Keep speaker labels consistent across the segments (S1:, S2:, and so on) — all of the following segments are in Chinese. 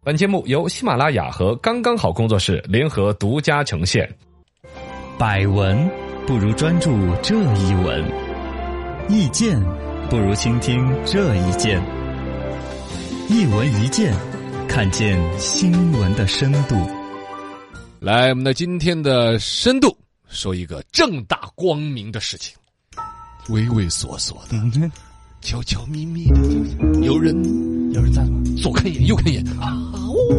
S1: 本节目由喜马拉雅和刚刚好工作室联合独家呈现。
S2: 百闻不如专注这一闻，意见不如倾听这一见。一闻一见，看见新闻的深度。
S1: 来，我们的今天的深度说一个正大光明的事情，畏畏缩缩的，悄悄咪咪的，有人
S2: 有人在吗？
S1: 左看一眼，右看一眼啊，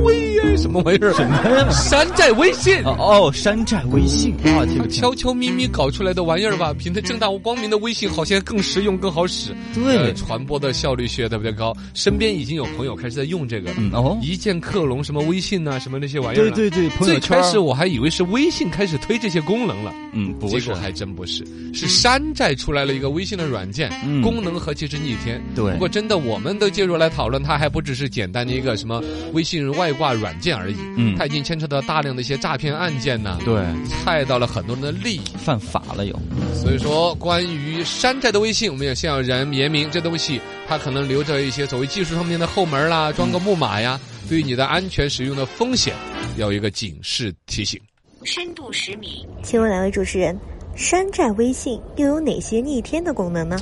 S1: 喂呀，什么玩意儿？什么？山寨微信。
S2: 哦哦，山寨微信啊，这个
S1: 悄悄咪咪搞出来的玩意儿吧，比那正大光明的微信好像更实用、更好使，
S2: 对
S1: 呃传播的效率学特别高。身边已经有朋友开始在用这个，
S2: 嗯哦，
S1: 一键克隆什么微信呐、什么那些玩意儿、
S2: 对对。对，朋友
S1: 最
S2: 圈
S1: 开始我还以为是微信开始推这些功能了，
S2: 嗯不
S1: 结
S2: 是
S1: 果还真不是，是山寨出来了一个微信的软件，
S2: 嗯
S1: 功能何其之逆天。
S2: 对
S1: 不过真的，我们都介入来讨论，它还不只是简单的一个什么微信外挂软件而已，
S2: 嗯
S1: 它已经牵扯到大量的一些诈骗案件呐、
S2: 对
S1: 害到了很多人的利益。
S2: 犯法了又
S1: 所以说，关于山寨的微信，我们也先要人言明，这东西它可能留着一些所谓技术上面的后门啦，装个木马呀，
S2: 嗯
S1: 对于你的安全使用的风险，要有一个警示提醒。
S3: 深度十米，
S4: 请问两位主持人，山寨微信又有哪些逆天的功能呢？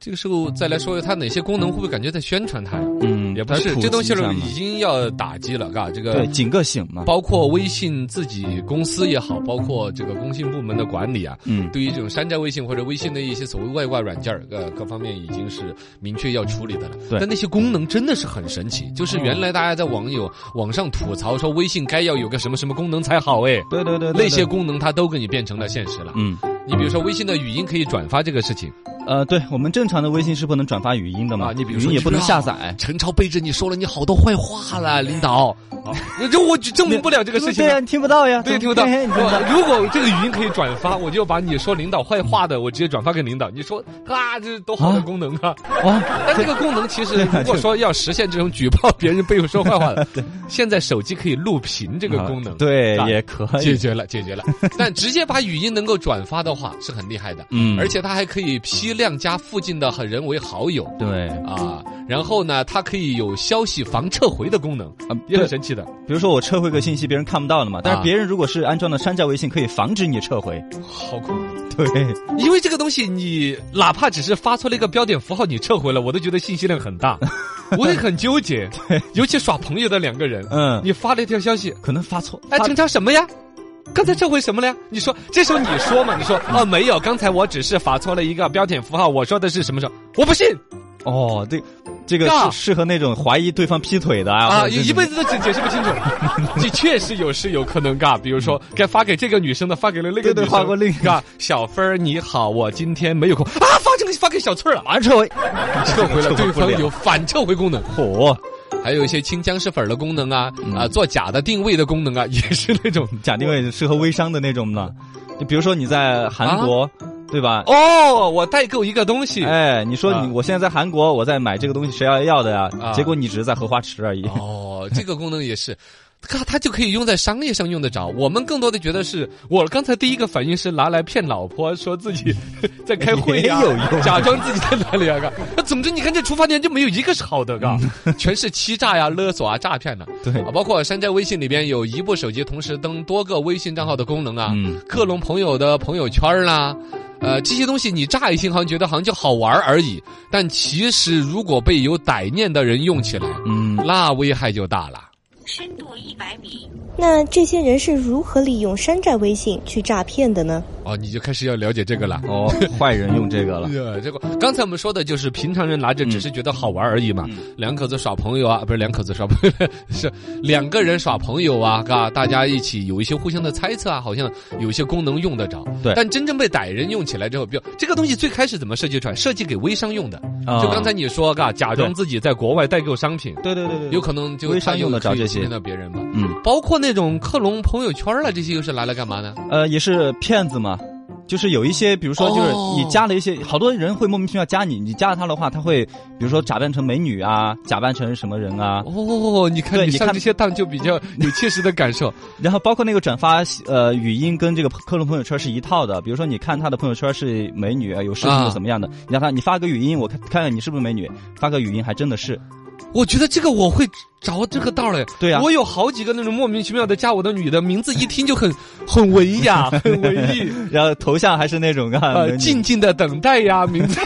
S1: 这个时候再来说它哪些功能，会不会感觉在宣传它呀？
S2: 嗯
S1: 也不
S2: 它
S1: 是，
S2: 普
S1: 这东
S2: 及
S1: 西
S2: 一下
S1: 儿
S2: 嘛
S1: 已经要打击了，嘎，这个
S2: 对警个醒嘛，
S1: 包括微信自己公司也好，包括这个工信部门的管理啊，
S2: 嗯
S1: 对于这种山寨微信或者微信的一些所谓外挂软件儿，呃，各方面已经是明确要处理的了。
S2: 对嗯
S1: 但那些功能真的是很神奇，就是原来大家在网友网上吐槽说微信该要有个什么什么功能才好，哎，
S2: 对对对对
S1: 那些
S2: 对
S1: 功能它都给你变成了现实了。
S2: 嗯
S1: 你比如说微信的语音可以转发这个事情
S2: 呃，对我们正常的微信是不能转发语音的嘛，
S1: 啊，你比如
S2: 语
S1: 说
S2: 音也
S1: 你
S2: 不能
S1: 知道
S2: 下载。
S1: 陈超背着你说了你好多坏话了，领导，哎哦那就我就 证明不了这个事情哎
S2: 对
S1: 啊
S2: 呀，。你听不到呀，
S1: 对，
S2: 怎
S1: 听
S2: 么
S1: 不到。
S2: 嘿嘿你听不到。
S1: 如果这个语音可以转发，我就把你说领导坏话的，我直接转发给领导。你说啊，这多好的
S2: 啊
S1: 功能啊！
S2: 哦，
S1: 但这个功能其实，如果说要实现这种举报别人被说坏 话的，现在手机可以录屏这个功能，
S2: 对
S1: 啊
S2: 也可
S1: 解
S2: 以，
S1: 决了，解决 了。但直接把语音能够转发的话，是很厉害的。
S2: 嗯
S1: 而且它还可以批量加附近的人为好友
S2: 对，
S1: 啊，然后呢，它可以有消息防撤回的功能，
S2: 啊，
S1: 也
S2: 对
S1: 很神奇的。
S2: 比如说我撤回个信息，别人看不到的嘛，但
S1: 啊
S2: 是别人如果是安装了山寨微信，可以防止你撤回。
S1: 好酷！啊
S2: 对，
S1: 因为这个东西，你哪怕只是发错了一个标点符号，你撤回了，我都觉得信息量 很大，我也很纠结。尤其耍朋友的两个人，
S2: 嗯，
S1: 你发了一条消息，
S2: 可能发错，
S1: 哎，
S2: 发
S1: 陈超什么呀？刚才撤回什么了呀？你说，这时候你说嘛，你说
S2: 嗯
S1: 哦没有，刚才我只是发错了一个标点符号，我说的是什么时候？我不信
S2: 哦，对，这个
S1: 呀
S2: 是适合那种怀疑对方劈腿的啊，
S1: 啊，
S2: 或者是
S1: 一辈子都解解释不 清楚。你确实有是有可能嘎，比如说该发给这个女生的，发给了那个
S2: 嗯对对
S1: 女生，
S2: 发过另一个
S1: 嘎。小芬儿你好，我今天没有空啊，发这个发给小翠儿了，
S2: 马上撤回，
S1: 撤回了，
S2: 撤
S1: 对
S2: 回不
S1: 方
S2: 了
S1: 有反撤回功能。
S2: 火
S1: 还有一些清僵尸粉儿的功能啊，
S2: 嗯
S1: 啊，做假的定位的功能啊，也是那种
S2: 假定位适合微商的那种呢。就比如说你在韩国，对吧？
S1: 啊哦，我代购一个东西，
S2: 哎，你说
S1: 啊
S2: 你我现在在韩国，我在买这个东西，谁要要的
S1: 啊
S2: 呀？结果你只是在荷花池而已。
S1: 哦，这个功能也是。它它就可以用在商业上用得着。我们更多的觉得是我刚才第一个反应是拿来骗老婆，说自己 在开会呀、
S2: 也有用
S1: 假装自己在哪里啊？嘎那总之你看这出发点就没有一个是好的，嘎，全是欺诈呀、勒索啊、诈骗的、
S2: 嗯对
S1: 啊，包括山寨微信里边有一部手机同时登多个微信账号的功能啊，
S2: 嗯
S1: 克隆朋友的朋友圈儿啦。呃，这些东西你乍一听好像觉得好像就好玩儿而已，但其实如果被有歹念的人用起来，
S2: 嗯，
S1: 那危害就大了。
S3: 深度一百米，
S4: 那这些人是如何利用山寨微信去诈骗的呢？
S1: 哦，
S2: 嗯
S1: 你就开始要了解这个了。
S2: 哦，坏人用这个了
S1: 哎。呀，这个刚才我们说的就是平常人拿
S2: 嗯
S1: 着只是觉得好玩而已嘛，两口子耍朋友啊，不是两口子耍朋友， 是两个人耍朋友啊，嘎，大家一起有一些互相的猜测啊，好像有一些功能用得着。
S2: 对
S1: 但真正被歹人用起来之后，比如这个东西最开始怎么设计出来？设计给微商用的，
S2: 啊
S1: 就刚才你说，嘎，假装自己在国外代购商品，
S2: 对对对对，
S1: 有可能就
S2: 微商用得着
S1: 可以
S2: 这些
S1: 欺骗到别人嘛。
S2: 嗯，
S1: 包括那种克隆朋友圈了，这些又是拿来干嘛呢？
S2: 呃，也是骗子嘛，就是有一些，比如说就是
S1: 哦
S2: 你加了一些，好多人会莫名其妙加你，你加了他的话，他会比如说假扮成美女啊，假扮成什么人啊，
S1: 哦，你看
S2: 对
S1: 你
S2: 你
S1: 上
S2: 看
S1: 这些当就比 较有切实的感受。
S2: 然后包括那个转发呃语音跟这个克隆朋友圈是一套的，比如说你看他的朋友圈是美女，有视频
S1: 啊
S2: 的怎么样的，你让他你发个语音，我看看看你是不是美女，发个语音还真的是，
S1: 我觉得这个我会着这个道儿嘞。
S2: 对啊
S1: 我有好几个那种莫名其妙的加我的女的名字，一听就很很文 雅，很文艺。
S2: 然后头像还是那种啊，
S1: 呃，静静的等待呀，名字。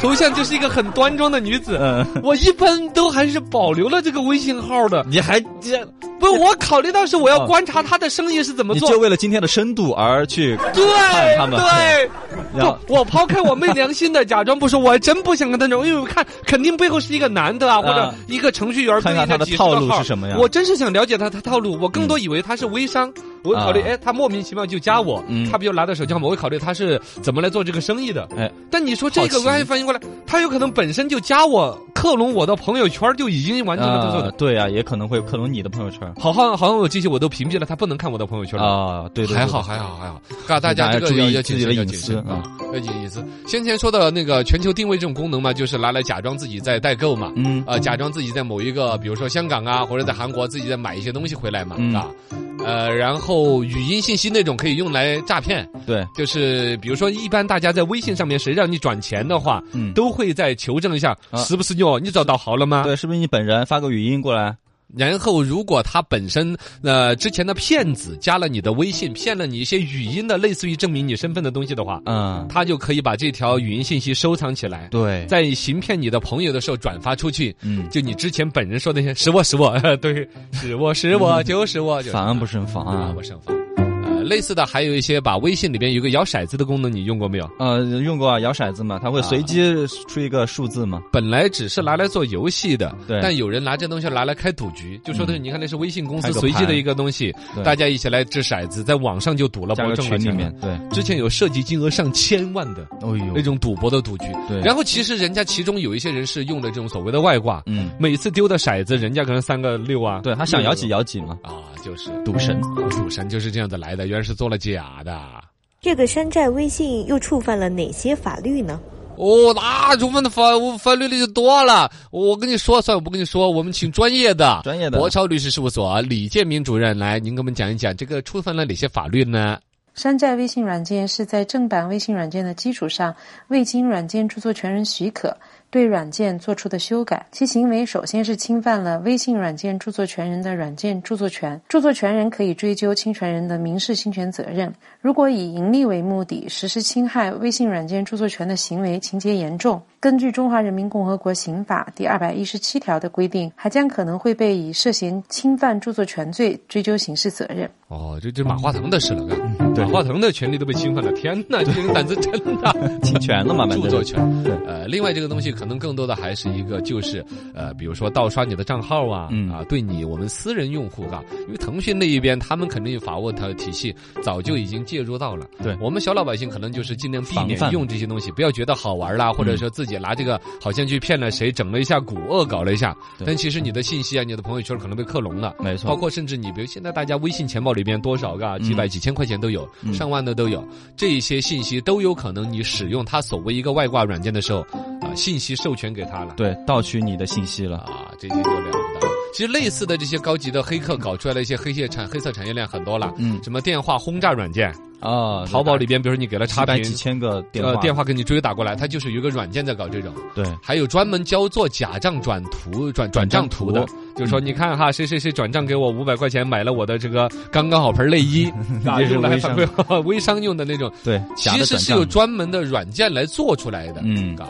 S1: 头像就是一个很端庄的女子，
S2: 嗯，
S1: 我一般都还是保留了这个微信号的。
S2: 你还这，
S1: 不是，我考虑到是我要
S2: 哦
S1: 观察她的生意是怎么
S2: 你
S1: 做
S2: 就。为了今天的深度而去
S1: 对
S2: 看他们，
S1: 对，
S2: 然后
S1: 不，我抛开我昧良心的假装不说，我还真不想跟他聊，因为我看肯定背后是一个男的啊，或者一个程序员
S2: 看
S1: 对
S2: 看
S1: 应
S2: 他的
S1: 几十
S2: 套
S1: 个
S2: 路
S1: 号
S2: 是什么呀
S1: 我真是想了解他的套路，我更多以为他是微商。我考虑，
S2: 啊
S1: 哎，他莫名其妙就加我
S2: 嗯，
S1: 他不就拿到手机号码？我考虑他是怎么来做这个生意的。
S2: 哎，
S1: 但你说这个
S2: 好奇
S1: 关系反应过来，他有可能本身就加我克隆我的朋友圈，就已经完成了动作
S2: 啊
S1: 的。
S2: 对啊，也可能会克隆你的朋友圈
S1: 好像好像我这些我都屏蔽了，他不能看我的朋友圈了。
S2: 啊，对对，
S1: 还
S2: 对
S1: 好，还好还好，告诉大
S2: 大家
S1: 家这个
S2: 注
S1: 要
S2: 意
S1: 要
S2: 自
S1: 谨
S2: 己的
S1: 慎要
S2: 隐
S1: 谨
S2: 私
S1: 慎啊，要谨隐私。先前说的那个全球定位这种功能嘛，就是拿来假装自己在代购嘛。
S2: 嗯，
S1: 呃，假装自己在某一个，比如说香港啊，或者在韩国自己在买一些东西回来嘛，
S2: 嗯
S1: 啊，呃，然后语音信息那种可以用来诈骗，
S2: 对，
S1: 就是比如说一般大家在微信上面谁让你转钱的话，
S2: 嗯，
S1: 都会再求证一下
S2: 啊
S1: 是不是你哦，你找到号了吗？
S2: 对，是不是你本人发个语音过来？
S1: 然后，如果他本身呃之前的骗子加了你的微信，骗了你一些语音的类似于证明你身份的东西的话，
S2: 嗯，
S1: 他就可以把这条语音信息收藏起来，
S2: 对，
S1: 在行骗你的朋友的时候转发出去。
S2: 嗯，
S1: 就你之前本人说的那些，是我是我， 呃对，是我是我就是我，就是
S2: 防不胜防
S1: 啊
S2: 啊，
S1: 我。上访。呃，类似的还有一些把微信里边有个摇骰子的功能，你用过没有？
S2: 呃，用过啊，摇骰子嘛，它会随
S1: 啊
S2: 机出一个数字嘛。
S1: 本来只是拿来做游戏的，
S2: 对嗯
S1: 但有人拿这东西拿来开赌局，就说的是你看那是微信公
S2: 开
S1: 司
S2: 个
S1: 随机
S2: 盘
S1: 的一个东西
S2: 对，
S1: 大家一起来掷骰子，在网上就赌了，
S2: 加
S1: 博
S2: 个
S1: 挣了
S2: 群
S1: 钱
S2: 里
S1: 了
S2: 面，。对，
S1: 之前有涉及金额上千万的
S2: 哦呦
S1: 那种赌博的赌局，
S2: 嗯对
S1: 然后其实人家其中有一些人是用的这种所谓的外挂，
S2: 嗯，
S1: 每次丢的骰子，人家可能三个六啊，
S2: 对他想
S1: 六
S2: 摇
S1: 个
S2: 几摇几嘛，
S1: 啊，就是
S2: 赌神。
S1: 赌神就是这样子来的，原来是做了假的。
S4: 这个山寨微信又触犯了哪些法律呢？
S1: 哦，那中文的法法律的就多了。我跟你说，算了，我不跟你说，我们请专业的、
S2: 专业的
S1: 博超律师事务所李建明主任来，您给我们讲一讲这个触犯了哪些法律呢？
S5: 山寨微信软件是在正版微信软件的基础上，未经软件著作权人许可对软件做出的修改。其行为首先是侵犯了微信软件著作权人的软件著作权，著作权人可以追究侵权人的民事侵权责任。如果以盈利为目的实施侵害微信软件著作权的行为情节严重，根据《中华人民共和国刑法》第二百一十七条的规定，还将可能会被以涉嫌侵犯著作权罪追究刑事责任。
S1: 哦，这这马化腾的事了，啊
S2: 嗯对
S1: 马化腾的权利都被侵犯了，天 哪，这人胆子真大。
S2: 侵权了嘛，反
S1: 著
S2: 正
S1: 作权
S2: 对。
S1: 呃，另外这个东西可能更多的还是一个就是呃，比如说盗刷你的账号啊，
S2: 嗯
S1: 啊，对你我们私人用户啊，因为腾讯那一边他们肯定有法务的体系，早就已经介入到了。
S2: 对
S1: 我们小老百姓可能就是尽量避
S2: 防
S1: 免
S2: 范嗯
S1: 用这些东西，不要觉得好玩啦，或者说自己拿这个好像去骗了谁，整了一下股，恶搞了一下，
S2: 对
S1: 但其实你的信息啊，你的朋友圈可能被克隆了。
S2: 没
S1: 包
S2: 错，
S1: 括甚至你，比如现在大家微信钱包里边多少个啊几百几千块钱都有，
S2: 嗯
S1: 上万的都有，这一些信息都有可能你使用它所谓一个外挂软件的时候，啊，信息授权给他了，
S2: 对，盗取你的信息了。
S1: 啊，这些就了不得了。其实类似的这些高级的黑客搞出来的一些黑业产黑色产业链很多了，
S2: 嗯
S1: 什么电话轰炸软件，
S2: 啊，
S1: 淘宝里边，比如说你给了
S2: 几
S1: 差
S2: 百
S1: 评，
S2: 几千个电
S1: 呃
S2: 话，
S1: 电话给你追打过来，它就是有一个软件在搞这种。
S2: 对，
S1: 还有专门教做假账转图、转转账图
S2: 转
S1: 的
S2: 账，嗯
S1: 就是说，你看哈，谁谁谁转账给我五百块钱，买了我的这个刚刚好盆 内衣，啊，
S2: 这是
S1: 用来
S2: 微商
S1: 反馈 微商用的那种，
S2: 对，
S1: 其
S2: 假的
S1: 实
S2: 转
S1: 是
S2: 账
S1: 有专门的软件来做出来的，
S2: 嗯
S1: 啊，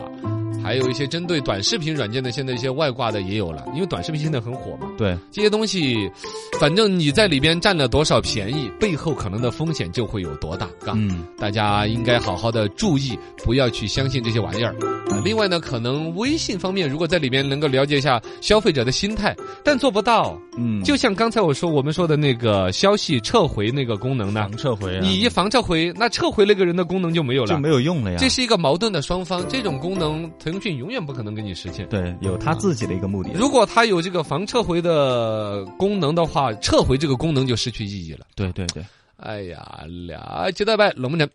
S1: 还有一些针对短视频软件的，现在一些外挂的也有了，因为短视频现在很火嘛，
S2: 对，
S1: 这些东西，反正你在里边占了多少便宜，背后可能的风险就会有多大，啊。
S2: 嗯，
S1: 大家应该好好的注意，不要去相信这些玩意儿。呃另外呢，可能微信方面，如果在里面能够了解一下消费者的心态，但做不到。
S2: 嗯，
S1: 就像刚才我说我们说的那个消息撤回那个功能呢
S2: 能，撤回啊，
S1: 你一防撤回，那撤回那个人的功能就没有
S2: 就
S1: 了。
S2: 没有用了呀。
S1: 这是一个矛盾的双方，这种功能腾讯永远不可能给你实现。
S2: 对，有他自己的一个目的。
S1: 如果它有这个防撤回的功能的话，撤回这个功能就失去意义了。
S2: 对对对。
S1: 哎呀，了解到呗，龙门阵。